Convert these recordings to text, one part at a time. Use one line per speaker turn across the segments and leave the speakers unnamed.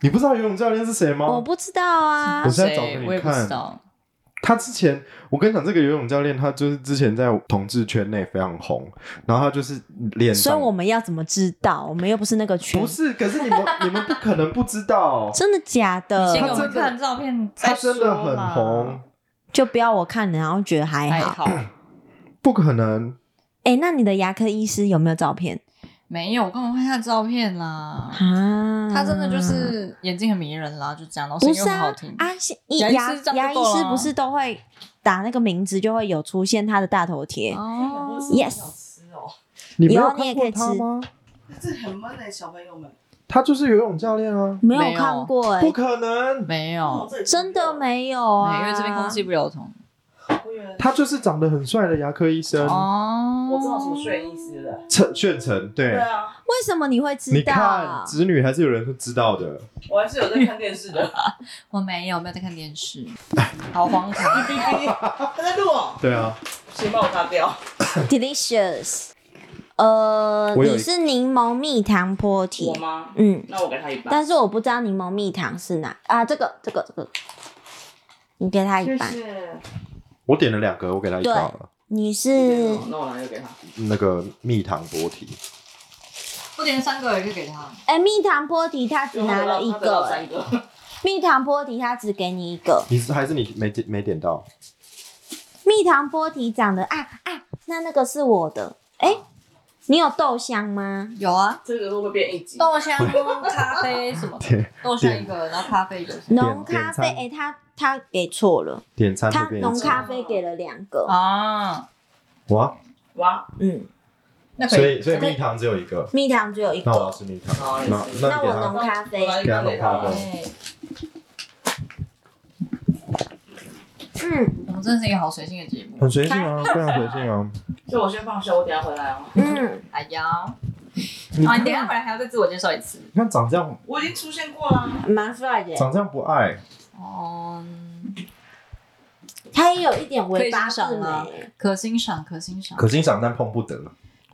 你不知道游泳教练是谁吗？
我不知道啊
我，现在找给
谁？我
你
也不知
看。
道。
他之前，我跟你讲，这个游泳教练他就是之前在同志圈内非常红，然后他就是脸
所以
上
我们要怎么知道？我们又不是那个圈
不，是，可是你们 你们不可能不知道，
真的假呃的
先？给
他
我
真
们
的
看照片再
他
说
真的很
啦
红，，
就不要我看了，然后觉得还
还
好。
好
不可能。
哎、那你的牙科医师有没有照片
没有，我干嘛看他的照片啦？
啊？
他真的就是眼睛很迷人啦，就这样，然后声
不
音又
是
很好
啊
听
啊！是医
牙医
牙
师这样就
牙医
够了
师
啊
不是都会打那个名字，就会有出现他的大头贴。
哦，
yes，
你没
有啊你
看
也
过
可以
他
吃
吗？
这很闷的、小朋友们。
他就是游泳教练啊，
没
没
有
有
看过哎、
不可能，
没
哦
有，
这里
真的没有
没
啊，
因为这边空气不流通
我以为
他就是长得很帅的牙科医生，
哦。
我知道什么睡意思了。
陈炫成，对。
对啊，
为什么你会知
你
道
看？子女还是有人会知道的，
我还是有在看电视的。
我没有，没有在看电视，好荒唐。
他在录哦，
对啊，
先帮我擦掉。
Delicious。呃，
我有一
你是柠檬蜜糖波提
我，吗？
嗯，
那我给他一半。
但是我不知道柠檬蜜糖是哪啊，这个这个这个，你给他一半。
谢。
我点了两个，我给他一包了，
你是
那我拿一个给哦他。
那个蜜糖薄体，
我点三个也可以给 他，
哎、蜜糖波提他只拿了一
他得到
个、哎
三个。
蜜糖波提他只给你一个，
你是还是你没点没点到？
蜜糖波提长得啊啊，那那个是我的，哎、
哦
你有豆香吗？
有啊，
这个会不会变一级？
豆香、啊咖啡什么
点，
豆香一个，然后咖啡一个。
浓咖啡，
点餐
哎、他他给错了，
点餐
他
会变
浓
成
咖啡给了两个，
啊，
哇，
哇，
嗯，
那
所
可以。
以所以蜜糖只有一个，
蜜糖只有一
那我要
个，
吃蜜糖
好，
那
你吃
那
那
你给
我浓
他
咖啡
我，拿一
给他
半
弄
给
咖
他。
啡，
哎，
嗯
我们真的是一个好随性的节目。
很随性啊，非常随性啊。
所以我先放休，我等一下回来哦。
嗯，
哎呀，啊，
你
你等一下回来还要再自我介绍一次。
你看长这样，
我已经出现过了。
蛮帅的耶，
长这样不爱，
哦，
他也有一点
可
尾
以
巴
欣
是
赏吗
美，
可欣赏，可欣赏。
可欣赏但碰不得。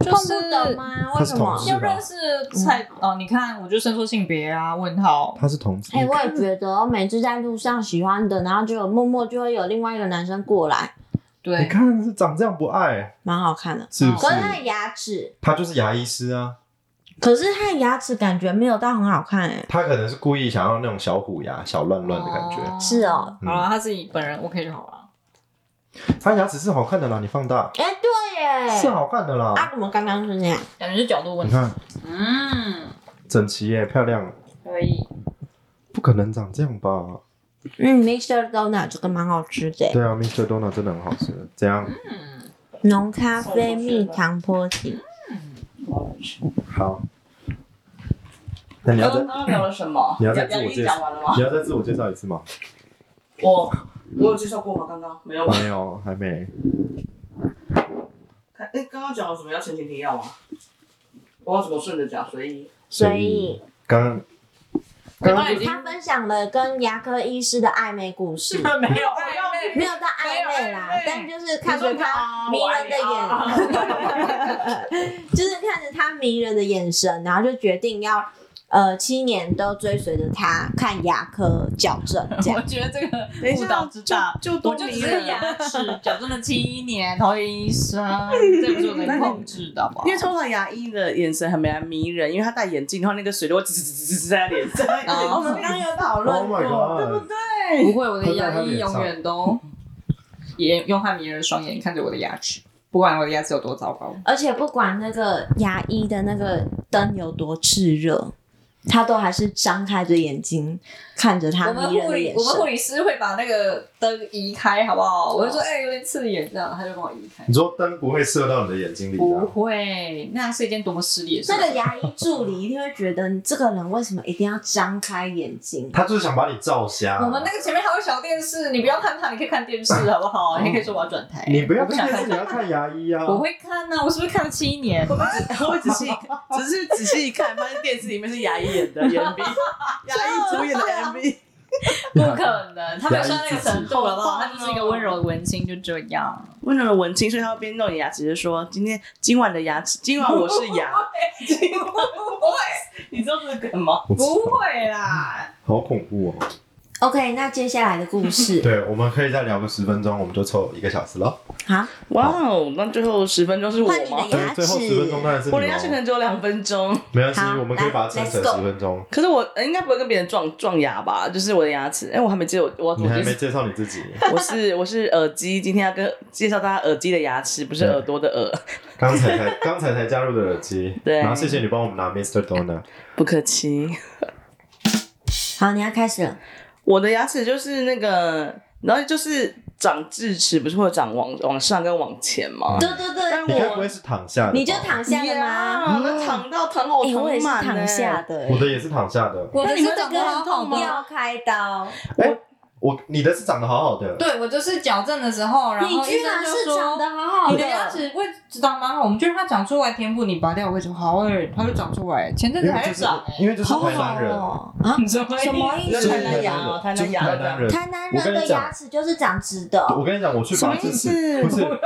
就
碰
是
不得吗？
他
为
是
什么
同？志
要认识蔡哦，你看，我就伸出性别啊，问号。
他是同志
哎、，我也觉得，我每次在路上喜欢的，然后就有默默就会有另外一个男生过来，
你
对，
看是长这样不爱，
蛮好看的。
是不是
可？是他的牙齿，
他就是牙医师啊，
可是他的牙齿感觉没有到很好看哎、
他可能是故意想要那种小虎牙、小乱乱的感觉。嗯
是哦。
好了，他自己本人 OK 就好了。
他牙齿是好看的啦，你放大
哎、对耶，
是好看的
啊，
啦。
怎么刚刚是那样？
感觉是角度问
你
题。
看
嗯，
整齐耶，漂亮，
可以。
不可能长这样吧？
嗯，Mr. Donut 这个蛮好吃的耶，
对啊，Mr. Donut 真的很好吃。怎样？
浓咖啡蜜糖波提。
好，那你要再
哦
刚刚聊了什么？
你要再
杨
自我
杨
介
一
绍
讲完了吗
你？要再自我介绍一次吗？
我我有介绍过吗？刚刚
哦
没有吧？
没有，还没。
哎、刚刚讲了什么要前情提要吗？我要怎么顺着讲？随意。
所以
刚刚
刚刚已经
他分享了跟牙科医师的暧昧故事，
没有
没有到暧昧啦
没有暧昧，
但就是看着他迷人的
我爱你
眼， 就是看着他迷人的眼神，然后就决定要呃七年都追随着他看牙科矫正这
我
样。
觉得这个
等一
误
下
导之大，
就就多
我就只
迷
是
人
牙齿矫正了七年，陶冶医生，这不是我能控 制的，好不好
因？为通常牙医的眼神很蛮迷人，因为他戴眼镜的话，那个水都会滋滋滋滋在他脸 上。
哦
我们刚刚有讨论
Oh my
过，对
god
不 对？
不会，我的
喷在 他
牙医
脸上
永远都也用他迷人的双眼看着我的牙齿，不管我的牙齿有多糟糕。
而且不管那个牙医的那个灯有多炽热，他都还是张开着眼睛看着他
我们
迷人
护
的
理
眼
我们护
神。
理师会把那个灯移开，好不好？
啊
我就说，哎、有点刺眼，这样他就帮我移开
你。说灯不会射到你的眼睛里
不
的，啊
会，那是一件多么失礼的事
那
情。
个牙医助理一定会觉得，你这个人为什么一定要张开眼睛？
他就是想把你照瞎。啊
我们那个前面还有小电视，你不要看它，你可以看电视，好不好？你也可以说我要转台，
哦你不要
我不想
看电视，你。要
看
看牙医啊。
我会看呢、我 是不是看了七年？
我会仔细， 只是仔细一看，发现电视里面是牙医演的 MV，牙医主演的 MV。
不可能，他没有说那个程度了
好棒
吧？
哦
他就是一个温柔的文青，就这 样。
温柔的文青，所以他会边弄你牙齿，就说今天今晚的牙齿，今晚我是牙，今晚
不会，
你知道这个梗吗？
我知
不
道
会啦。
好恐怖哦！
OK，那接下来的故事，
对，我们可以再聊个十分钟，我们就凑一个小时了。
好，
哇哦，那最后十分钟是我
换你的
吗？
牙
对，最后十分钟当然是你
我的牙齿可
哦，
能只有两分钟，
没关系，
好
我们可以把它撑成
来，let's go
十分钟。
可是我呃应该不会跟别人撞撞牙吧？就是我的牙齿，哎，我还没介我我
你
我
还
就
没
是
介绍你自己，
我是我是耳机，今天要跟介绍大家耳机的牙齿，不是
对
耳朵的耳。
刚才才刚才才加入的耳 机，
对
然后谢谢你帮我们拿 Mr. Donut，
不客气，
好，你要开始了。
我的牙齿就是那个，然后就是长智齿，不是会长往往上跟往前吗？
对对对，
但
啊你该不
我
会是躺下的？
你就，躺下了吗？
呀那躺到疼好
哎、我也
疼
是
满
躺
呢
下的、
我
欸，
的也是躺下的。
我
那
的
你
是
们
这
长得
个
好好吗
要开刀，
哎，我你的是长得好好的，
对我就是矫正的时候，然
你
后医
居然
生就是说
长得好好
你
的
的牙齿位置长蛮好，我们觉得它长出来填补你拔掉的位置好哎，它就长出来。前阵
因
子
为
还
就是
长哎，
因为就是
好
台
好
南人，
哦、啊！
什么
什么意
就
为
是
思？
台南人
人
哦台南
就是
牙
台
这
南
样
人。
台南
我
人
跟
的
你讲
牙齿就是长直的，
我跟你讲，我去拔智齿，
什么意思
不是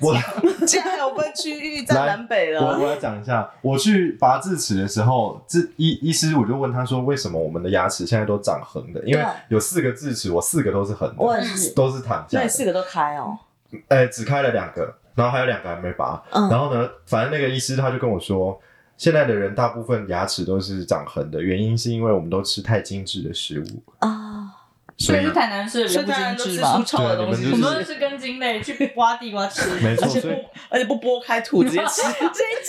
我，
竟然有分区域在
来
南北
我
了。
我要讲一下，我去拔智齿的时候，这医医师我就问他说，为什么我们的牙齿现在都长横的？因为
对
有四个智齿，我四个都是横
我也
的，
是，
都是躺
那
下
你四
的，
个都开哦，
哎，只开了两个，然后还有两个还没拔。
嗯，
然后呢，反正那个医师他就跟我说。现在的人大部分牙齿都是长横的，原因是因为我们都吃太精致的食物，
啊，
所以是台南市
所
人
以
不
大家
精
都
致
吃
嘛
粗。糙的东西，
对
我
你
们
就
都是根茎类去挖地瓜 吃，
没错
而且
所以
不而且不剥开吐直接 吃，这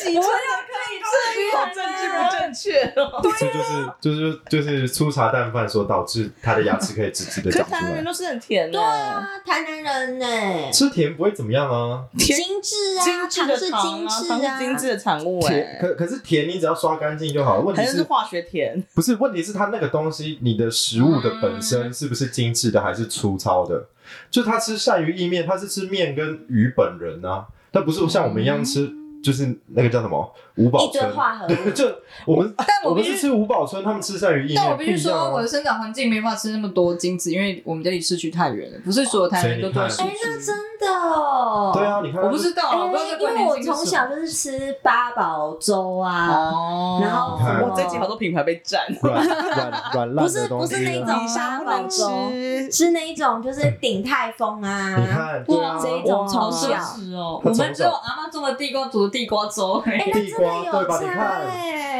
一集
我也可以这样啊
好政治不正确哦。
这就是就是就是粗茶淡饭所导致他的牙齿可以直直的
可是
长
台
出
南人
来。
都是很甜
对
的，
啊，台南人呢、
吃甜不会怎么样啊，
甜
精致啊，
精致
糖
的
是
糖
精
啊，
致
糖
啊，
是精致的产物
甜
哎，
可可是甜你只要刷干净就好了。问题
还是
是
化学甜？
不是问题是它那个东西，你的食物的本身是不是精致的还是粗糙的？就他吃鳝鱼意面，他是吃面跟鱼本人啊，他不是像我们一样吃，就是那个叫什么五
一
宝
堆
村。
化合物。
对，就我们，
但我
我们
必
是
须。
吃五宝村，他们吃鳝鱼意面。
但我必须
不一样
说，
啊
我的生长环境没办法吃那么多精致，因为我们家离市区太远了，不是所有台南人都做市
所以
哎、
你
区。
那真的哦。
对啊，你看，
我不知道，
哎、
我哦不知道这
因
关
为
联
我
性是
从
什么
小就是吃八宝粥啊，
哦，
然后
你看
什
哇
么，
这一集好多品牌被占，
软软软烂
不是
的东
不
西
是那
啊。
种八宝粥，是那一种就是鼎泰丰 啊，
你看，对啊
哇，
这一种从
好
小
奢。侈哦！
他
我
从小
们只有阿妈种的地瓜煮的地瓜粥，
哎、
哎
那真
地瓜
的有
对吧？你
差哎、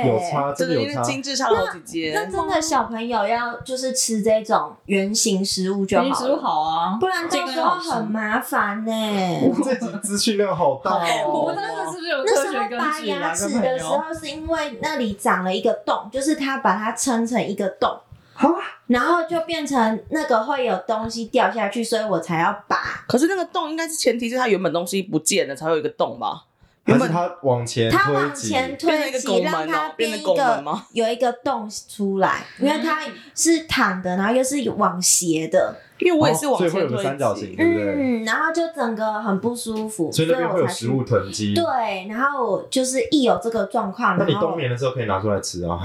看，有差，
真
真
的
的有
因为
差。
精致差了好几阶。
那真的小朋友要就是吃这种圆形食物 就好
你
了，
食物好啊，
不然
这
到
个
时候很麻烦呢、
我们这集资讯量好大
我不
哦
知！道这是不是有
啊那
科
时
学
候
根
拔
据
牙
啊，
齿
跟朋
的时
友。
候，是因为那里长了一个洞，就是他把它撑成一个洞，然后就变成那个会有东西掉下去，所以我才要拔。
可是那个洞应该是前提是它原本东西不见了才会有一个洞吧？
还
原
是
本
他往前
它
推
往
挤，
前
变成
推
一个
挤，
拱
让
门
它
哦，变
变
成
一
拱门
个
吗？ 嗯
有一个洞出来，因为它是躺的，然后又是往斜的，
因为我也是往
哦所以
前
会有个
推
三角
挤
形，对不对？
嗯，然后就整个很不舒服，
所以那边会
我
有
才
食
去
物囤积。
对，啊然后我就是一有这个状况，
那你
然
冬
后
眠的时候可以拿出来吃啊！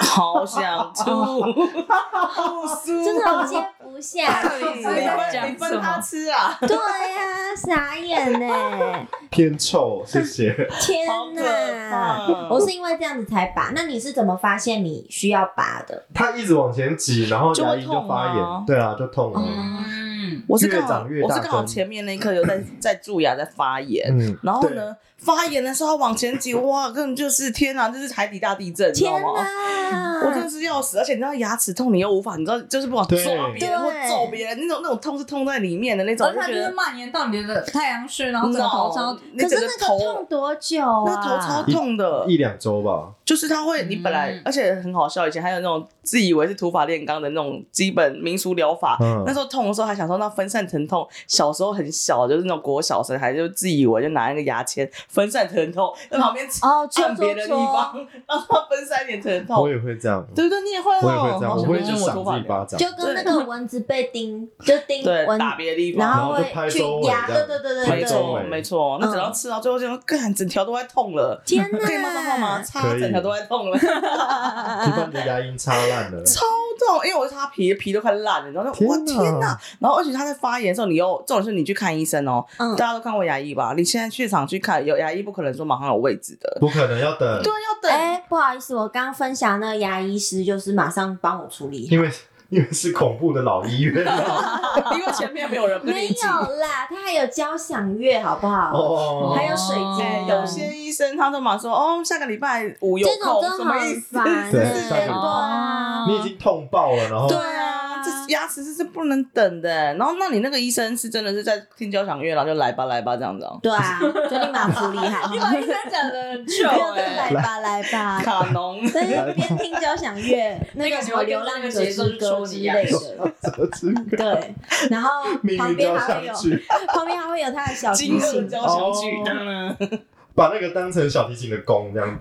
好想吐，不 舒
真的 接不下去
你
到底
啊。
在
分你
讲
分
什
他
么
吃啊？
对呀、傻眼呢、
偏臭，谢谢。
好
天
可
哪！
怕！
我是因为这样子才拔，那你是怎么发现你需要拔的？
它一直往前挤，然后牙龈就发
就会痛啊
炎，对啊，就痛了。
哦嗯，
嗯，
我是刚
越
好
长越大
我
根
是刚好前面那一刻有在 在蛀牙在发炎，
嗯，
然后呢发炎的时候往前挤，哇，根本就是天哪，这是海底大地震，你知
天
道吗？
哪！
我真的是要死，而且你知道牙齿痛，你又无法，你知道就是不管
对
抓别人或揍别人，那种那种痛是痛在里面的那种，
而
我
且
就
它
觉
就是
得
蔓延到你的太阳穴，然后整个头
脑
上，，
你
可
整
是
个
那个痛
头，
多久啊？
那头超痛的，
一两周吧。
就是它会，你本来
嗯
而且很好笑，以前还有那种自以为是土法炼钢的那种基本民俗疗法，
嗯
那时候痛的时候还想说那分散疼痛，小时候很小，就是那种国小生，还就自以为就拿那个牙签分散疼痛，在旁边
哦，戳
按
戳
别的地方
戳，，
让它分散一点疼
我
哦
痛。
也会这样，
对不对？你也会哦，
我也会这样，
好
我
想
会
念
就
我
赏
头发
自己巴掌。
就跟那个蚊子被叮，就叮
对，
蚊，
打别的地
然
方，
然
后
后就
会
拍
去
周围
压，
这样
对对对
拍
没
对
周
对
围。
错没错。那
嗯
只要吃到最后就，干，整条都在痛了。
天哪！
可以骂脏话吗？擦
可以
整条条都在痛了，
就把你的牙龈擦烂了。
超痛！因为我是擦皮，皮都快烂了，然后就我
天
天
哪
哪！然后而且它在发炎的时候，你又这种是你去看医生哦，
嗯
大家都看过牙医吧？你现在去场去看，有牙医不可能说马上有位置的，
不可能要等
对，，要等。
哎、不好意思，我刚分享那个牙医师就是马上帮我处理，
因为 因为是恐怖的老医院啊
因为前面没有人跟你
没
一起。
有啦，他还有交响乐，好不好？
哦，
还有水晶、
哎，
嗯
有些医生他都忙说，哦，下个礼拜五有
这种
空，
真
什
的
么意
很
思？
烦，
对
对
下个礼拜
啊，
哦
你已经痛爆了，然后
对啊，这牙齿是是不能等的。然后，那你那个医生是真的是在听交响乐，然后就来吧来吧这样子哦。
对啊，就立马处理 好，
哦你把医生 讲的很久
不要再
哎、
来吧来吧。
卡 农，
但是边听交响乐，那 个什么《流浪者之歌》之类的，
这是一个
对，然后
命
旁
运
边
交
还 会有
响曲，
旁边还会有他的小
惊
提
愕
琴，
交响曲
哦，
当然，
把那个当成小提琴的弓这样，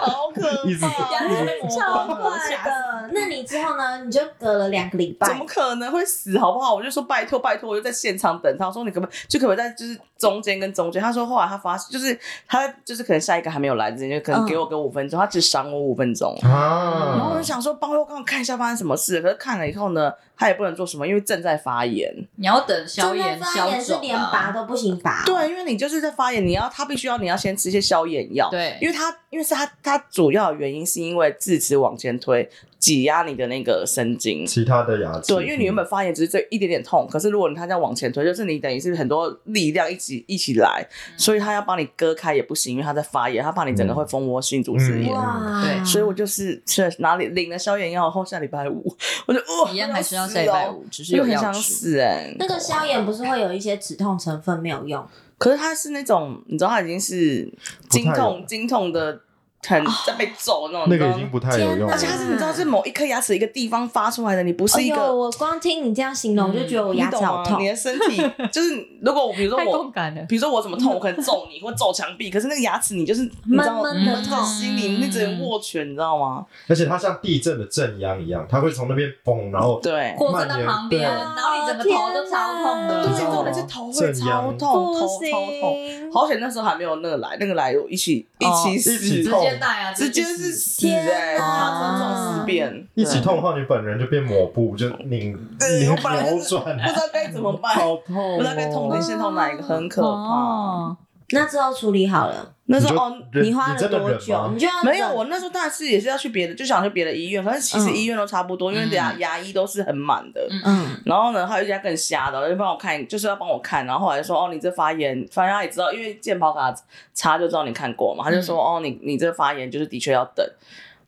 好可
一 直
怕。
牙齿被
哎
磨
超
光了
怪
吓死
的。那你之后呢？你就隔了两个礼
怎
拜
么，可能会死？好不好？我就说拜托拜托，我就在现场等他。我说你可不可以就可不可以在就是中间跟中间？他说后来他发就是他就是可能下一个还没有来之前，就可能
嗯
给我个五分钟，他只赏我五分钟。然后我
啊
就，想说，帮我刚看一下发生什么事。可是看了以后呢，他也不能做什么，因为正在发炎。
你要等消
真的
炎
发
消
炎是
肿
连拔
啊，
都不行拔，，哦
对，因为你就是在发炎，你要他必须要你要先吃一些消炎药。，
对，
因为他因为是他他主要的原因是因为智齿往前推，挤压你的那个神经。
其他的牙齿，
对，因为你原
嗯
本发炎只是这一点点痛，可是如果他这样往前推，就是你等于是很多力量一起一起来，
嗯
所以他要帮你割开也不行，因为他在发炎，他怕你整个会蜂窝性组织
嗯
炎。
哇，
对
所以我就是吃了哪里领了消炎药后，下礼拜五我就哦，
一样
我
还是要
死
下礼拜
哦
五，只是
就
有
很
药
想
吃。
死哎、
那个消炎不是会有一些止痛成分没有用？
可是他是那种，你知道他已经是经
不太有
痛经痛的很
哦
在被揍那种，
那个
你
已经
知道吗
不太有用了
而且他是你知道是某一颗牙齿一个地方发出来的，你不是一
哎呦
个，
我光听你这样形容，我就觉得我
你
牙齿
懂
好
吗？
痛
你。的身体 就是，如果我比如说
太
我
共，感了，
比如说我怎么痛，我可能揍你或揍墙壁，可是那个牙齿你就是你
闷
知道
闷的
闷在
痛
心里，那只能握拳，你知道吗？
而且它像地震的震央一样，它会从那边嘣，然后
对。
过分到旁边，
对
然后你整个头都超痛的，
对，
你知道吗
重点是头会
正
超
阳
痛，头超啊痛。好险那时候还没有那个来，那个来有一起一
哦
起
一起
死，
痛
直接带啊，
直接是
去
死哎、欸，
天啊
他
哪
这种死变，
一起痛的话，你本人就变抹布，就拧
对
扭
我本来
扭转
对，，不知道该怎么办，
好痛哦，
不知道该痛的先痛哪一个，很可怕。
哦
那之后处理好了，
那时
你
候
就
哦。
忍
你花
你
了
真的
多
忍
久？
吗
你就要
没有，
忍
我那时候当然是也是要去别的，就想去别的医院。反正其实
嗯
医院都差不多，因为
嗯
牙牙医都是很满的。
嗯
嗯，
然后呢，还有一家更瞎的，就帮我看，就是要帮我看。然后后来就说，哦，你这发炎，反正他也知道，因为健保卡查就知道你看过嘛。他就说，哦，你你这发炎就是的确要等。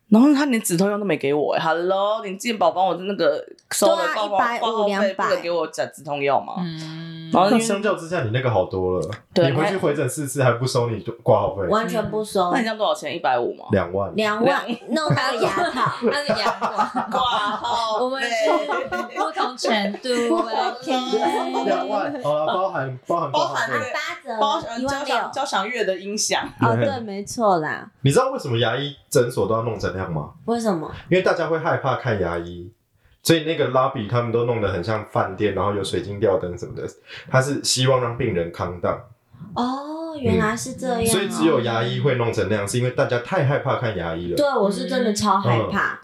然后他连止痛药都没给我、欸、，Hello，你健保帮我那个收了
对啊
报报
150
报告费，
200
不能给我讲止痛药嘛？
嗯，
然后因
那
为
啊相较之下，你那个好多了。
对
你回去回诊四次还不收你就挂号费，
完全不收
那你，这样多少钱？一百五吗？
两万。
两万弄那个牙 套。
那个牙挂，
挂 号
我们是不同程度
OK
两万，好了，包含包含
包
含
含
费
啊，八折
包呃
一
交
万
响
六。
交响乐的音响，
哦，对，没错啦。
你知道为什么牙医诊所都要弄成那样吗？
为什么？
因为大家会害怕看牙医，所以那个拉比他们都弄得很像饭店，然后有水晶吊灯什么的。他是希望让病人康荡，
哦，原来是这样哦。
所以只有牙医会弄成那样，是因为大家太害怕看牙医了。
对我是真的超害
嗯
怕。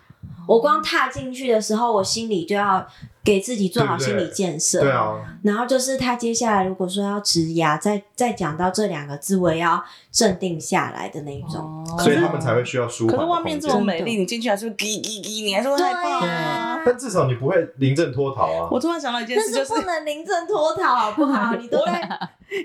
我光踏进去的时候，我心里就要给自己做好心理建设。
对啊，
然后就是他接下来如果说要植牙，再再讲到这两个字，我也要镇定下来的那一种。
所以他们才会需要舒缓
啊可
的
是外
空
面这
间。
么美丽，你进去还是会叽叽叽，你还是会
对
害怕啊。
啊，
但至少你不会临阵脱逃啊。
我突然想到一件事，就
但
是
是不能临阵脱逃，好不好？你都 在，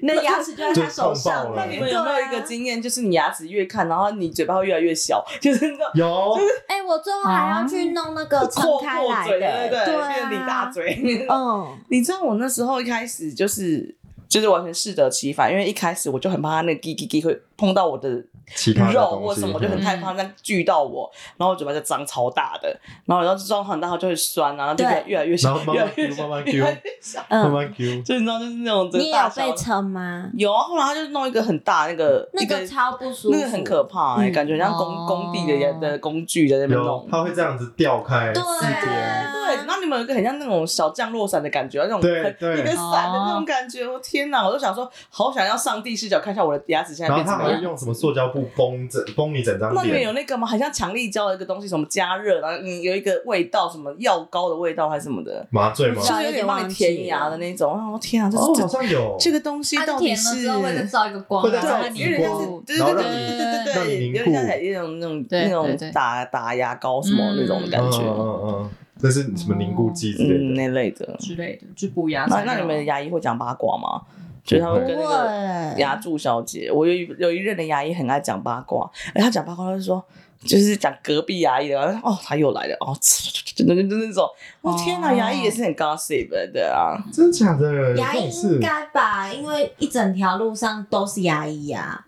你的牙齿就在他手上。
就痛爆了
那你们有没有一个
啊对啊
经验，就是你牙齿越看，然后你嘴巴会越来越小， 就是那种
有，
哎、我最后还要去弄那个撑
扩
开
扩
来
嘴，
的，
对对
对
对，
啊
变李大。嘴。
嗯，
你知道我那时候一开始就是就是完全适得其反，因为一开始我就很怕它那个叽叽叽会碰到我的
其他的
肉
东
或
西
什么，我就很
嗯
害怕，那锯到我，然后我嘴巴就张超大的，然后然后张很大，它就会酸啊，然后就
对
越来越
然
小
后，慢
越
慢
来
Q，慢，
越小
慢 Q，
越来越小。
慢
嗯，
慢 Q。
所以你知道，就是那种整
你
个
也有
大小
被撑吗？
有啊，后来他就弄一个很大那个
那
一
个
个
超不舒服，
那个很可怕欸，
嗯
感觉像工
哦
工地的的工具在那边
有
弄，。
它会这样子掉开
对啊
四天。
对，然后你们有一个很像那种小降落伞的感觉，那种
对
很
对
一个伞的那种感觉，我天哪！我都想说，好想要上帝视角看一下我的牙齿现在
然后
变
它
成什
好还会用什么塑胶布封整封你整张
那里面
脸。
有那个吗？好像强力胶的一个东西，什么加热，然后你有一个味道，什么药膏的味道还是什么的，
麻醉吗
不？
就
哦，
知道
是有点帮你填牙的那种。哦，天啊，这
好
是
像有
这这个东西
它
到底
填
是
了之后会照一个光，
会再
然后
照
它
一
对，
个
凝
有点像
光
是
固，
对
然
对
后
对
让你
对对
让你
对，
凝
有点像
固
那种那种
对
那
对
种
对
打打牙膏什么
嗯
那种的感
嗯嗯
觉，
嗯嗯，这是什么凝固剂之类的？
嗯，那类的。
之类的，就补牙
那
材料
那你们的牙医会讲八卦吗？就是他会
不
跟那个
会
牙柱小姐，我有一有一任的牙医很爱讲八卦，哎，他讲八卦他就说，就是讲隔壁牙医的，然后哦，他又来了，哦， 就就就那种，哦天哪，
哦
牙医也是很 gossip 的啊，
真的假的？
牙医
是
应该吧，因为一整条路上都是牙医啊，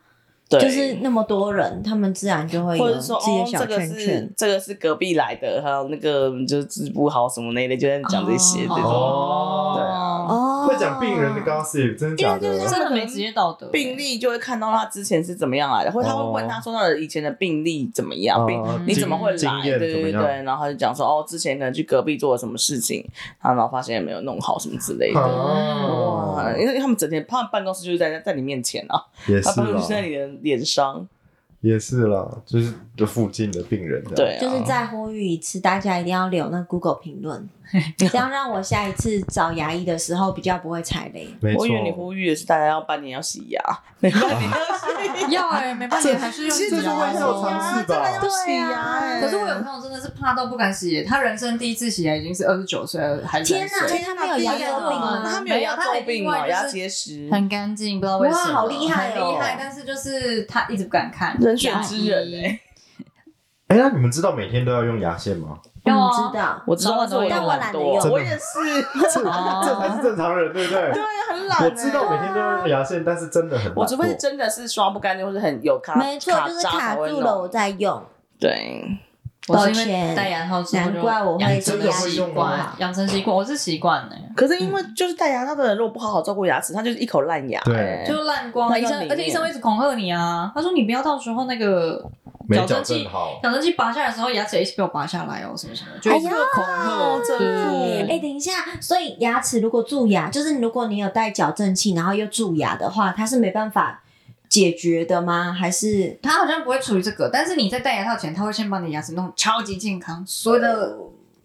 对，
就是那么多人，他们自然就会
或
有
者
自
说
己
哦
的，小
这个
圈
是
圈。
这个是隔壁来的，还有那个就是治不好什么那一类，就在讲这些，对
哦
对对
哦，
哦，
会讲病人的 gossip，真的假
因为就是
的？
真的没职业道德，
病例就会看到他之前是怎么样来的，或者他
哦
会问他说他的以前的病例怎么样，病
啊
你怎么会来？
经经
对
验怎么
对对，
样？
然后他就讲说，哦，之前可能去隔壁做了什么事情，啊，然后发现也没有弄好什么之类的。
啊
哇，因为他们整天，他们办公室就是在在你面前啊，
也
他
是哦
办公室在
啦，
你的脸上，
也是啦，就是这附近的病人这样。
对啊，
就是再呼吁一次，大家一定要留那 Google 评 论，这样让我下一次找牙医的时候比较不会踩雷。
没
我以为你
错。
呼吁的是大家要半年要洗牙，没办法，
要哎，没办法，还是用
这就是
牙
微笑
哦
尝试
真的
吧
要。洗
啊
牙欸。
可
可
是我有
嗯
朋友真的是怕到不敢洗，他人生第一次洗牙已经是二十九岁了，还是
天哪，所以他没有牙周病
啊
那他
吗？
没有牙周
没
病
有他
嘛，
很意外就是
牙结石，
很干净，不知道为什么，
哇好厉害哦
很厉害，但是就是他一直不敢看
人选之人
牙医
哎。
哎，那你们知道每天都要用牙线吗？
有啊
我知道，
我知道，但是我
但
用
我
很
懒得
多，
用
我也 是，
这
哦
这才是正常人，对不对？
对，很懒欸。
我知道每天都要用牙线，但是真的很懒惰。
我除非是真的是刷不干净，或是很有卡，
没错，就是
渣
卡
才会
住
弄
了我再用。
对，
我是因
抱
为
歉
戴牙套之后
难
就
怪我会
养
这
真
成
的
么啊
会
习
用吗
惯，养成习惯，我是习惯呢，
可是因为就是戴牙套的人，如果不好好照顾牙齿，他就是一口烂牙、
对
欸。
就烂光了。
烂
医
到
生
里，面
而且医生会一直恐吓你啊，他说你不要到时候那个
没
矫
矫
正
正
器，
好，
矫正器拔下来的时候牙齿也一起被我拔下来哦，什么什么，就一直被我恐吓
哦，真
对
嗯哎、等一下，所以牙齿如果蛀牙，就是如果你有带矫正器，然后又蛀牙的话，它是没办法解决的吗？还是
他好像不会处理这个，但是你在戴牙套前，他会先把你牙齿弄超级健康，所有的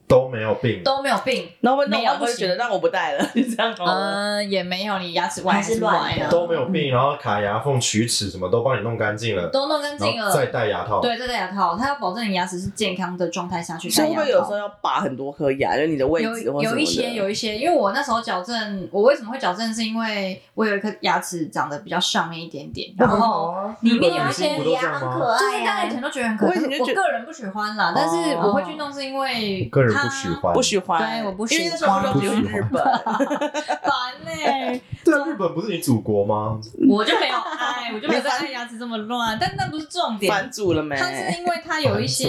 都没有病，
都没有病。
然后弄
没有
完会
不行
觉得让我不戴了，就这样哦好了。
嗯，也没有，你牙齿歪
还是
是
乱
歪
的
啊，
哦都没有病，然后卡牙缝、龋齿什么都帮你弄干净了，
都弄干净
然后
了。
再戴牙套。
对，再戴牙套，他要保证你牙齿是健康的状态下去
所
戴
以
牙
会不会有时候
套。
要拔很多颗牙，就你的位
有
置或什么
有
的
一些有一些，因为我那时候矫正，我为什么会矫正，是因为我有一颗牙齿长得比较上面一点点，然后
哦
里面有一些
不都这
牙
样
很
吗
可
就是大家
爱、
以
啊？
前都觉得很可
我以前就
爱，我
觉得哦
个人不喜欢啦，但是我会去弄是因为
个人
它
不喜欢，
不喜欢，
对我不喜欢
因为那时候我就去日本，
烦呢、
对啊，日本不是你祖国吗？
我就没有爱，我就没有在爱牙齿这么乱，但那不是重点，
烦住了没？
它是因为它有一些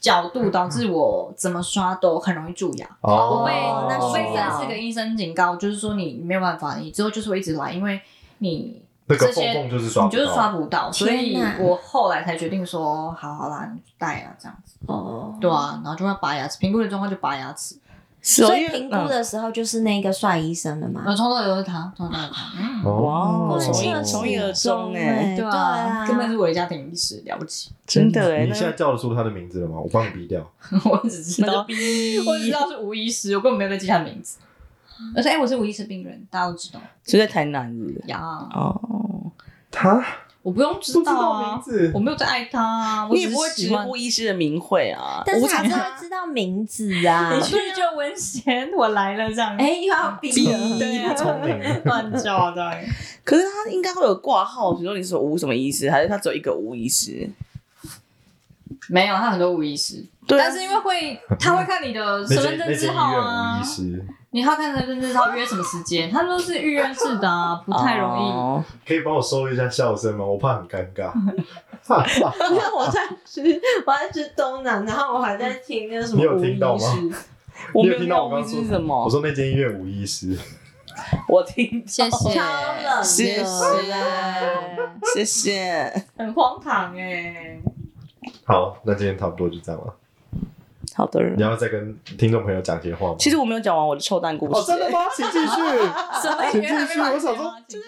角度导致我怎么刷都很容易蛀牙。我被
哦那
我被
需要
三四个医生警告，就是说你没有办法，你之后就是会一直来，因为你
那个
这些
缝缝就是刷
你
不
就是刷
到，
不到，所以
天哪
我后来才决定说，好好啦，你戴啊这样子，
哦，
对啊，然后就要拔牙齿，评估的状况就拔牙齿，
嗯
是哦
所以
因为
评估的时候就是那个帅医生了
然
嘛。
后从头都是他，从头都是他，
哦
嗯，
嗯哇，
贯
从一
彻
从一而
始
终
终
哎，
哎
对
对
啊，
啊
根本是我的家庭医师，了不 起，
真的哎，
你
那
现在叫得出他的名字了吗？我帮你逼掉。
我只知
那就
道，我只知道是吴医师，我根本没有在记他的名字。
嗯
而且，哎、我是吴医师病人，大家都知道
就在台南是不是
呀。
哦，
他
啊我不用
不
知
知
道
道名
啊，
字
我，没有在爱他、啊，我
你
只
也
是
不会直
喜欢。
呼医师的名讳啊，
但是
我
还是会知道名字 啊
你。去就文贤，我来了这样。
哎、又要逼了
对啊，
聪明
乱叫这样。
可是他应该会有挂号，比如说你是吴什么医师，还是他只有一个吴医师？
没有，他很多无意识，
对啊，
但是因为会，他会看你的
那
身
间
份
那
证
间
字
医
号
院
啊
无医，师，
你还要看身份证字号约什么时间，他们都是预约制的 啊，不太容易。
哦
可以帮我收一下笑声吗？我怕很尴尬。怕怕
因为我在吃，我在吃东南，然后我还在听那个什
你
么
有
吴
听到
医
吗
师，
我
你有
没有
听到我刚
意
刚
思
说
是什么？
我说那间医院无医师，
我听，
谢谢，
超冷的
哦谢谢，
谢谢，
很荒唐哎、
好，那今天差不多就这样了。
好的
你。要再跟听众朋友讲些话吗？哦
其实我没有讲完我的臭蛋故事、
哎
哦，真的吗？请继续。
什么
请继续我想说
就是